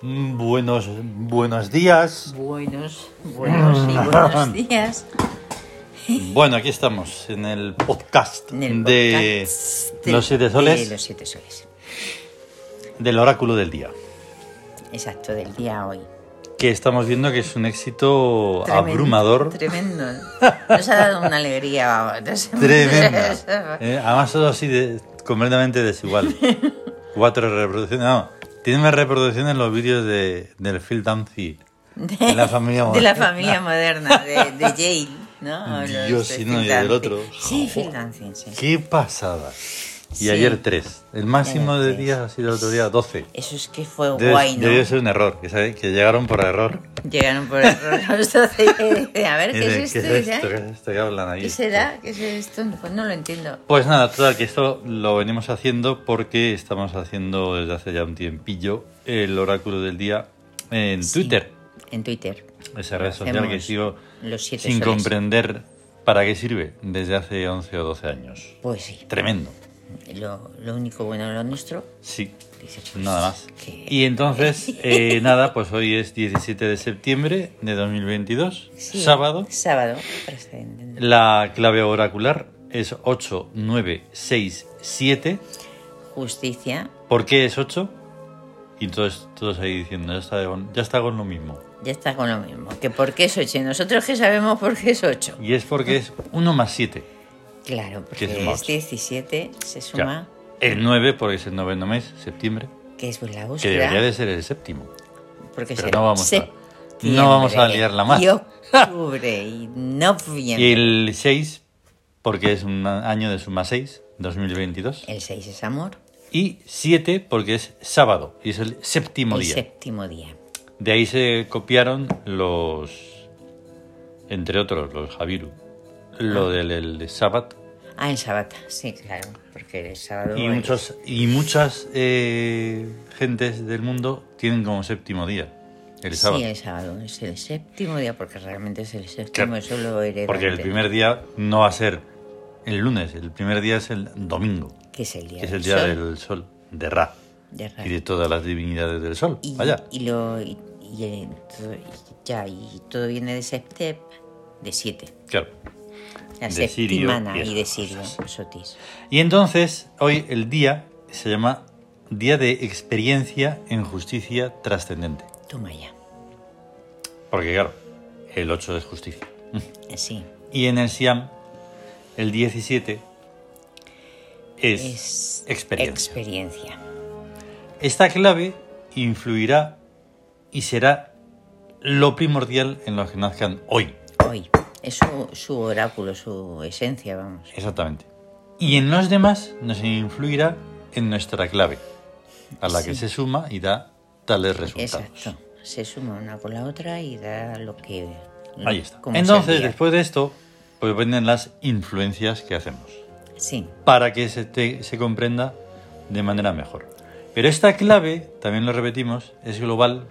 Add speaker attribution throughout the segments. Speaker 1: Mm, buenos días.
Speaker 2: Buenos, buenos y buenos días.
Speaker 1: Bueno, aquí estamos en el podcast,
Speaker 2: En el
Speaker 1: de
Speaker 2: podcast del-
Speaker 1: Los Siete
Speaker 2: De los
Speaker 1: Soles
Speaker 2: siete soles.
Speaker 1: del Oráculo del Día,
Speaker 2: Exacto, del día hoy.
Speaker 1: que estamos viendo que es un éxito
Speaker 2: Tremendo,
Speaker 1: abrumador,
Speaker 2: Tremendo. Nos ha dado una alegría. nos-
Speaker 1: tremenda. Eh, además, todo así de, completamente desigual. Cuatro reproducciones, no, tiene más reproducciones los vídeos de, del Phil Dancy. De la familia
Speaker 2: De la
Speaker 1: moderna.
Speaker 2: familia moderna, de, de Yale, ¿no? O los
Speaker 1: Dios,
Speaker 2: de
Speaker 1: sí, no, y
Speaker 2: Phil
Speaker 1: del
Speaker 2: Dunphy.
Speaker 1: otro.
Speaker 2: Sí, Phil Dunphy, sí.
Speaker 1: ¡Qué pasada! Y
Speaker 2: Sí.
Speaker 1: ayer tres. El máximo
Speaker 2: Ayer
Speaker 1: de
Speaker 2: tres.
Speaker 1: días ha sido el otro día 12.
Speaker 2: Eso es que fue
Speaker 1: Debe-
Speaker 2: guay, ¿no?
Speaker 1: Debió ser un error, que, sabe- que llegaron por error.
Speaker 2: Llegaron por error los doce. A ver,
Speaker 1: Y
Speaker 2: ¿qué
Speaker 1: de,
Speaker 2: es
Speaker 1: ¿qué
Speaker 2: esto?
Speaker 1: es esto? ¿Qué es esto que hablan ahí?
Speaker 2: ¿eh? ¿Qué será? ¿Qué es esto? Pues no lo entiendo.
Speaker 1: Pues nada, total, que esto lo venimos haciendo porque estamos haciendo desde hace ya un tiempillo el oráculo del día en
Speaker 2: Sí,
Speaker 1: Twitter,
Speaker 2: En Twitter.
Speaker 1: esa red social
Speaker 2: Hacemos
Speaker 1: que sigo
Speaker 2: los siete
Speaker 1: sin
Speaker 2: soles.
Speaker 1: comprender para qué sirve desde hace 11 o 12 años.
Speaker 2: Pues sí.
Speaker 1: Tremendo,
Speaker 2: Lo, lo único bueno de lo nuestro.
Speaker 1: sí.
Speaker 2: dice, pues,
Speaker 1: Nada más.
Speaker 2: que-
Speaker 1: Y entonces, eh, nada, pues hoy es 17 de septiembre de 2022,
Speaker 2: Sí,
Speaker 1: sábado.
Speaker 2: Sábado. trascendente.
Speaker 1: La clave oracular es 8967.
Speaker 2: Justicia.
Speaker 1: ¿Por qué es 8? Y entonces todos ahí diciendo, ya está, con, ya está con lo mismo.
Speaker 2: Ya está con lo mismo. Que por qué es 8. Nosotros que sabemos por qué es 8.
Speaker 1: Y es porque es 1 más 7.
Speaker 2: Claro, porque
Speaker 1: Que es más.
Speaker 2: es 17. Se
Speaker 1: Ya.
Speaker 2: suma.
Speaker 1: El 9 porque es el noveno mes, septiembre,
Speaker 2: Que es la
Speaker 1: que
Speaker 2: búsqueda.
Speaker 1: debería de ser el séptimo.
Speaker 2: porque
Speaker 1: pero
Speaker 2: será
Speaker 1: no vamos a-
Speaker 2: septiembre
Speaker 1: no vamos a liarla más.
Speaker 2: Y octubre. y noviembre.
Speaker 1: Y el 6 porque es un año de suma 6, 2022.
Speaker 2: El 6 es amor.
Speaker 1: Y 7 porque es sábado y es el séptimo
Speaker 2: el
Speaker 1: día.
Speaker 2: séptimo día.
Speaker 1: De ahí se copiaron los, entre otros, los Javiru, lo del el Sabbat
Speaker 2: Ah, el sábado. Sí, claro. Porque el sábado.
Speaker 1: y
Speaker 2: es-
Speaker 1: muchos y muchas eh, gentes del mundo tienen como séptimo día el Sabbat,
Speaker 2: Sí, el sábado es el séptimo día, porque realmente es el
Speaker 1: Claro,
Speaker 2: séptimo, eso lo heredante,
Speaker 1: porque el primer día no va a ser el lunes, el primer día es el domingo,
Speaker 2: que es el día,
Speaker 1: que es el
Speaker 2: del
Speaker 1: día
Speaker 2: sol,
Speaker 1: del sol, de Ra
Speaker 2: de Ra.
Speaker 1: y de todas las divinidades del sol.
Speaker 2: Y-
Speaker 1: Vaya,
Speaker 2: y lo y, y el- todo, y ya y todo viene de septep, de siete,
Speaker 1: claro.
Speaker 2: la
Speaker 1: De
Speaker 2: septimana
Speaker 1: Sirio y
Speaker 2: y de
Speaker 1: esas
Speaker 2: Sirio,
Speaker 1: cosas.
Speaker 2: Sotis.
Speaker 1: Y entonces, hoy el día se llama Día de Experiencia en Justicia Trascendente.
Speaker 2: Toma ya,
Speaker 1: Porque claro, el 8 es justicia.
Speaker 2: sí,
Speaker 1: Y en el Siam, el 17 es,
Speaker 2: es
Speaker 1: experiencia.
Speaker 2: experiencia.
Speaker 1: Esta clave influirá y será lo primordial en los que nazcan hoy.
Speaker 2: Hoy es su, su oráculo, su esencia, vamos,
Speaker 1: Exactamente. Y en los demás nos influirá en nuestra clave, a la que se suma y da tales resultados.
Speaker 2: exacto. Se suma una con la otra y da lo que lo-
Speaker 1: Ahí está.
Speaker 2: como es el
Speaker 1: Entonces,
Speaker 2: día.
Speaker 1: después de esto, pues venden las influencias que hacemos
Speaker 2: sí,
Speaker 1: para que se, te- se comprenda de manera mejor. Pero esta clave, también lo repetimos, es global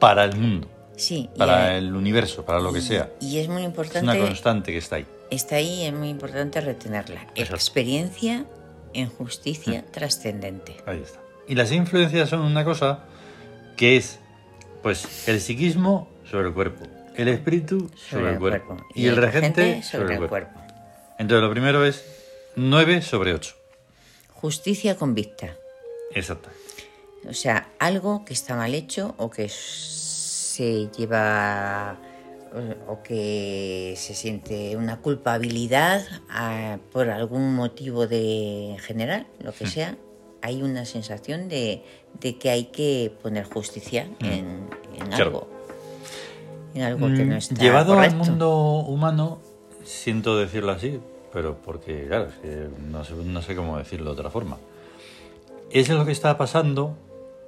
Speaker 1: para el mundo,
Speaker 2: sí, y
Speaker 1: para
Speaker 2: a-
Speaker 1: el universo, para lo que sea.
Speaker 2: Y es muy
Speaker 1: Es una
Speaker 2: importante,
Speaker 1: constante que está ahí.
Speaker 2: está ahí, es muy importante retenerla.
Speaker 1: Exacto.
Speaker 2: Experiencia en justicia trascendente.
Speaker 1: Ahí está. Y las influencias son una cosa que es, pues, el psiquismo sobre el cuerpo, el espíritu sobre, el cuerpo, y, el regente sobre, el cuerpo. Entonces, lo primero es 9 sobre 8.
Speaker 2: Justicia convicta.
Speaker 1: Exacto.
Speaker 2: O sea, algo que está mal hecho o que se lleva o- o que se siente una culpabilidad ah, por algún motivo de general, lo
Speaker 1: Hmm.
Speaker 2: que sea, hay una sensación de, de que hay que poner justicia en, en
Speaker 1: Hmm. Claro.
Speaker 2: algo. En algo que no
Speaker 1: Mm,
Speaker 2: está
Speaker 1: Llevado
Speaker 2: correcto.
Speaker 1: al mundo humano, siento decirlo así, pero porque, claro, es que no sé, no sé cómo decirlo de otra forma. Es lo que está pasando,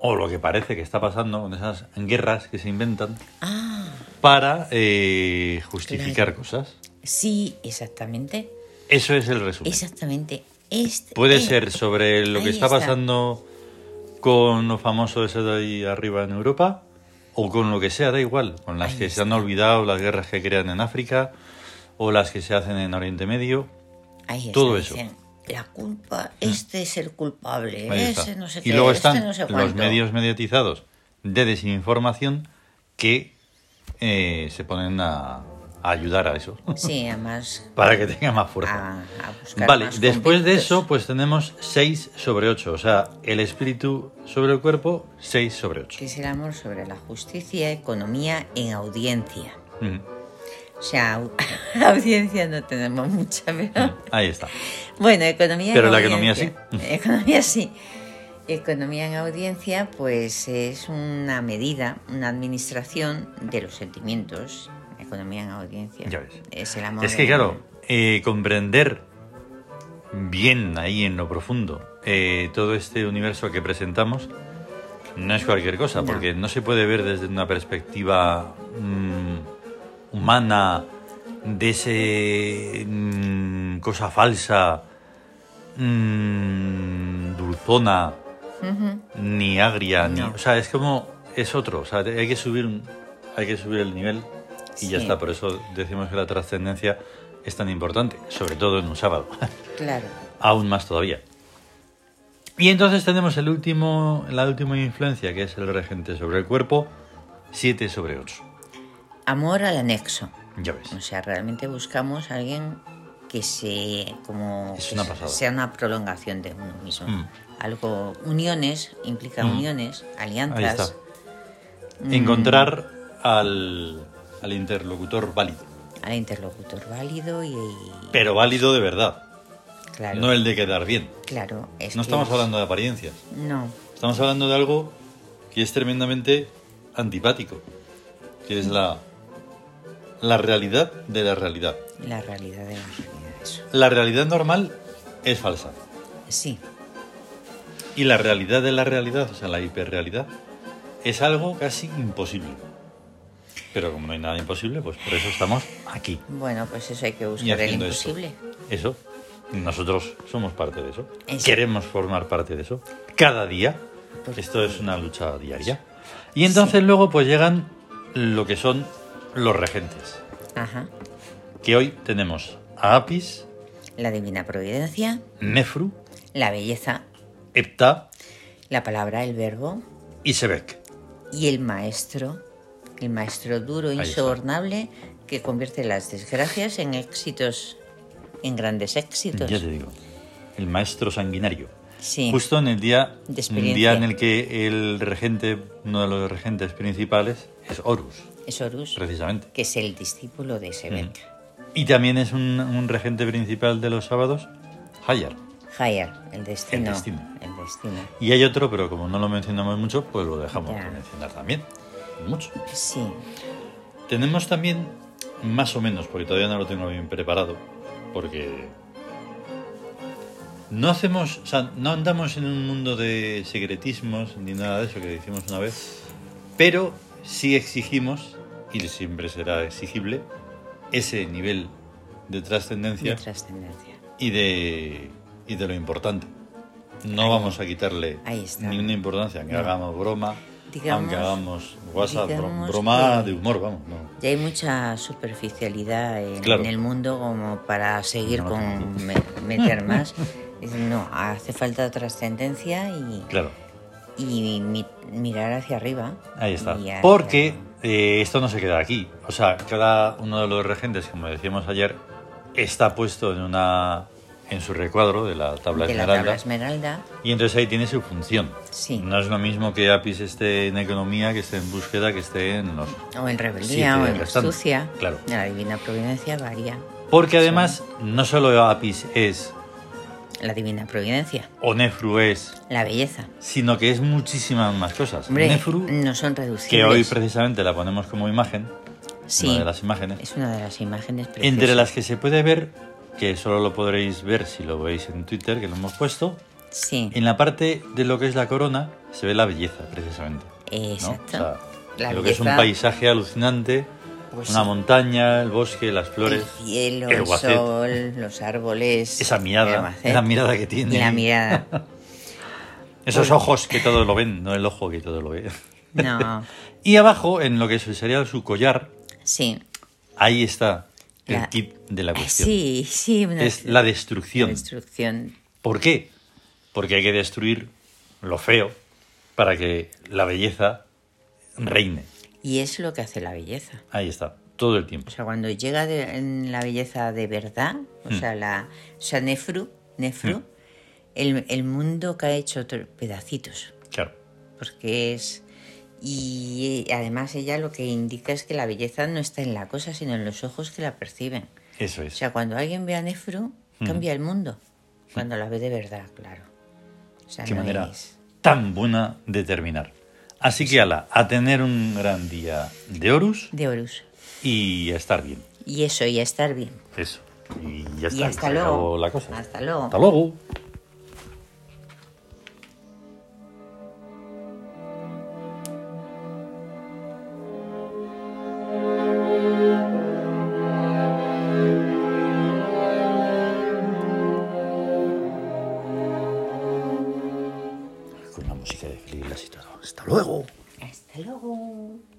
Speaker 1: o lo que parece que está pasando, con esas guerras que se inventan
Speaker 2: Ah,
Speaker 1: para eh, justificar cosas.
Speaker 2: sí, exactamente.
Speaker 1: Eso es el resumen.
Speaker 2: Exactamente. Este,
Speaker 1: Puede
Speaker 2: eh,
Speaker 1: ser sobre lo que
Speaker 2: ahí
Speaker 1: está
Speaker 2: está.
Speaker 1: pasando con los famosos ese de ahí arriba en Europa o con lo que sea, da igual, con las
Speaker 2: Ahí
Speaker 1: que se han olvidado, las guerras que crean en África o las que se hacen en Oriente Medio.
Speaker 2: ahí
Speaker 1: todo eso.
Speaker 2: está, dicen, La culpa, este es el culpable,
Speaker 1: Ahí
Speaker 2: ese
Speaker 1: está.
Speaker 2: no sé
Speaker 1: y
Speaker 2: qué,
Speaker 1: luego
Speaker 2: este
Speaker 1: están
Speaker 2: no sé
Speaker 1: los
Speaker 2: cuánto.
Speaker 1: medios mediatizados de desinformación que eh, se ponen a, a ayudar a eso.
Speaker 2: Sí, además.
Speaker 1: Para que tenga más fuerza.
Speaker 2: A, a buscar
Speaker 1: vale,
Speaker 2: Ah, más
Speaker 1: después de
Speaker 2: conflictos.
Speaker 1: eso, pues tenemos 6 sobre 8. O sea, el espíritu sobre el cuerpo, 6 sobre 8.
Speaker 2: Que es el amor sobre la justicia, economía en audiencia.
Speaker 1: Mm,
Speaker 2: O sea, au- audiencia no tenemos mucha, pero.
Speaker 1: mm, Ahí está.
Speaker 2: Bueno, economía
Speaker 1: Pero
Speaker 2: en
Speaker 1: la economía
Speaker 2: audiencia. Economía sí. Economía en audiencia, pues es una medida, una administración de los sentimientos. Economía en audiencia.
Speaker 1: Ya ves.
Speaker 2: Es el amor.
Speaker 1: Es que,
Speaker 2: en-
Speaker 1: claro, eh, comprender bien ahí en lo profundo eh, todo este universo que presentamos no es cualquier cosa,
Speaker 2: No.
Speaker 1: porque no se puede ver desde una perspectiva mm, humana de ese mm, cosa falsa, mm, dulzona,
Speaker 2: Ujú.
Speaker 1: ni agria, ni,
Speaker 2: No.
Speaker 1: o sea, es como es otro, o sea, te- hay que subir, un- hay que subir el nivel y ya
Speaker 2: Sí.
Speaker 1: está. Por eso decimos que la trascendencia es tan importante, sobre todo en un sábado,
Speaker 2: Claro.
Speaker 1: aún más todavía. Y entonces tenemos el último, la última influencia que es el regente sobre el cuerpo, 7 sobre 8.
Speaker 2: Amor al anexo.
Speaker 1: Ya ves.
Speaker 2: O sea, realmente buscamos a alguien que se como
Speaker 1: Es
Speaker 2: que
Speaker 1: una
Speaker 2: se-
Speaker 1: pasada.
Speaker 2: sea una prolongación de uno mismo.
Speaker 1: Mm.
Speaker 2: Algo uniones implica
Speaker 1: Mm.
Speaker 2: uniones,
Speaker 1: Ahí está. Mm.
Speaker 2: alianzas.
Speaker 1: Encontrar al, al interlocutor válido,
Speaker 2: al interlocutor válido y,
Speaker 1: pero válido de verdad,
Speaker 2: claro,
Speaker 1: no el de quedar bien.
Speaker 2: claro, es
Speaker 1: No
Speaker 2: que
Speaker 1: estamos
Speaker 2: es-
Speaker 1: hablando de apariencias.
Speaker 2: No,
Speaker 1: Estamos hablando de algo que es tremendamente antipático, que es la, la realidad de la realidad.
Speaker 2: la realidad de la realidad eso.
Speaker 1: La realidad normal es falsa.
Speaker 2: Sí,
Speaker 1: Y la realidad de la realidad, o sea, la hiperrealidad, es algo casi imposible. Pero como no hay nada imposible, pues por eso estamos aquí.
Speaker 2: bueno, pues eso hay que
Speaker 1: Y
Speaker 2: buscar el
Speaker 1: haciendo esto.
Speaker 2: imposible. Mm.
Speaker 1: Eso. Nosotros somos parte de eso.
Speaker 2: Eso. Pues
Speaker 1: Queremos formar parte de eso. Cada día.
Speaker 2: Por
Speaker 1: Esto es una lucha diaria. Y entonces luego pues llegan lo que son los regentes.
Speaker 2: Ajá.
Speaker 1: Que hoy tenemos a Apis,
Speaker 2: La divina providencia,
Speaker 1: Nefru,
Speaker 2: la belleza,
Speaker 1: Epta
Speaker 2: la palabra, el verbo
Speaker 1: y Sebek.
Speaker 2: y el maestro, el maestro duro,
Speaker 1: está.
Speaker 2: insobornable, que convierte las desgracias en éxitos, en grandes éxitos.
Speaker 1: Ya Pues, te digo. El maestro sanguinario.
Speaker 2: Sí,
Speaker 1: Justo en el día,
Speaker 2: De
Speaker 1: un
Speaker 2: experiencia.
Speaker 1: día en el que el regente, uno de los regentes principales, es Horus,
Speaker 2: es Horus,
Speaker 1: precisamente.
Speaker 2: que es el discípulo de Sebek.
Speaker 1: Y también es un, un regente principal de los sábados, Hayar.
Speaker 2: Higher, el destino.
Speaker 1: El destino.
Speaker 2: el destino.
Speaker 1: Y hay otro, pero como no lo mencionamos mucho, pues lo dejamos
Speaker 2: Ya.
Speaker 1: de mencionar también. Mucho.
Speaker 2: Sí,
Speaker 1: Tenemos también, más o menos, porque todavía no lo tengo bien preparado, porque no hacemos, o sea, no andamos en un mundo de secretismos ni nada de eso que decimos una vez, pero sí exigimos, y siempre será exigible, ese nivel de
Speaker 2: de
Speaker 1: trascendencia
Speaker 2: trascendencia.
Speaker 1: y de, y de lo importante. No vamos a quitarle
Speaker 2: ahí está.
Speaker 1: ninguna importancia, aunque
Speaker 2: No.
Speaker 1: hagamos broma,
Speaker 2: Digamos-
Speaker 1: aunque hagamos WhatsApp, bro-
Speaker 2: digamos
Speaker 1: broma
Speaker 2: que-
Speaker 1: de humor, vamos. no.
Speaker 2: Ya hay mucha superficialidad en,
Speaker 1: Claro.
Speaker 2: en el mundo como para seguir
Speaker 1: No,
Speaker 2: con me- meter más. Dicen, No, hace falta trascendencia y,
Speaker 1: Claro,
Speaker 2: y mi- mirar hacia arriba.
Speaker 1: ahí está.
Speaker 2: Y hacia-
Speaker 1: Porque eh, esto no se queda aquí. O sea, cada uno de los regentes, como decíamos ayer, está puesto en una en su recuadro de la tabla
Speaker 2: de la
Speaker 1: esmeralda.
Speaker 2: tabla esmeralda.
Speaker 1: Y entonces ahí tiene su función.
Speaker 2: Sí.
Speaker 1: No es lo mismo que Apis esté en economía, que esté en búsqueda, que esté en los
Speaker 2: O en rebeldía,
Speaker 1: Sí, te
Speaker 2: o en
Speaker 1: restan-
Speaker 2: astucia.
Speaker 1: claro.
Speaker 2: La divina providencia varía.
Speaker 1: Porque además, no solo Apis es
Speaker 2: La divina providencia.
Speaker 1: o Nefru es,
Speaker 2: La belleza.
Speaker 1: sino que es muchísimas más cosas.
Speaker 2: Hombre,
Speaker 1: Nefru,
Speaker 2: no son
Speaker 1: que
Speaker 2: reducibles.
Speaker 1: hoy precisamente la ponemos como imagen,
Speaker 2: Sí.
Speaker 1: una de las imágenes,
Speaker 2: Es una de las imágenes preciosas.
Speaker 1: entre las que se puede ver, que solo lo podréis ver si lo veis en Twitter, que lo hemos puesto,
Speaker 2: Sí,
Speaker 1: en la parte de lo que es la corona se ve la belleza, precisamente. ¿no?
Speaker 2: exacto.
Speaker 1: O sea,
Speaker 2: La
Speaker 1: lo que es un
Speaker 2: belleza,
Speaker 1: paisaje alucinante,
Speaker 2: pues
Speaker 1: una
Speaker 2: sí,
Speaker 1: montaña, el bosque, las flores,
Speaker 2: El cielo,
Speaker 1: el
Speaker 2: el,
Speaker 1: guacet.
Speaker 2: sol, los árboles.
Speaker 1: esa
Speaker 2: el
Speaker 1: mirada,
Speaker 2: guacet,
Speaker 1: la mirada que tiene.
Speaker 2: ¿eh? y la mirada.
Speaker 1: Esos ojos que todo lo ven, no el ojo que todo lo ve.
Speaker 2: No,
Speaker 1: Y abajo, en lo que sería su collar,
Speaker 2: sí.
Speaker 1: ahí está el
Speaker 2: La- Ah,
Speaker 1: tip de la cuestión.
Speaker 2: Sí, sí. Una
Speaker 1: Es la
Speaker 2: la
Speaker 1: destrucción.
Speaker 2: destrucción.
Speaker 1: ¿Por qué? Porque hay que destruir lo feo para que la belleza reine.
Speaker 2: Y es lo que hace la belleza.
Speaker 1: Ahí está, todo el tiempo.
Speaker 2: O sea, cuando llega de, en la belleza de verdad, o
Speaker 1: Hmm.
Speaker 2: mm. sea, la o sea, Nefru, Nefru mm. el, el, mundo que ha hecho pedacitos.
Speaker 1: Claro.
Speaker 2: Porque es... Y además ella lo que indica es que la belleza no está en la cosa, sino en los ojos que la perciben.
Speaker 1: Eso es.
Speaker 2: O sea, cuando alguien ve a Nefru, cambia mm. el mundo. Cuando la ve de verdad, claro.
Speaker 1: O sea, Qué no manera es... tan buena de terminar. Así que, ala, a tener un gran día de Horus.
Speaker 2: De Horus.
Speaker 1: Y a estar bien.
Speaker 2: Y eso, y a estar bien.
Speaker 1: Eso. Y ya está.
Speaker 2: Y hasta luego.
Speaker 1: La cosa.
Speaker 2: Hasta luego.
Speaker 1: Hasta luego. Con la música de Filipinas y todo. Hasta luego.
Speaker 2: Hasta luego.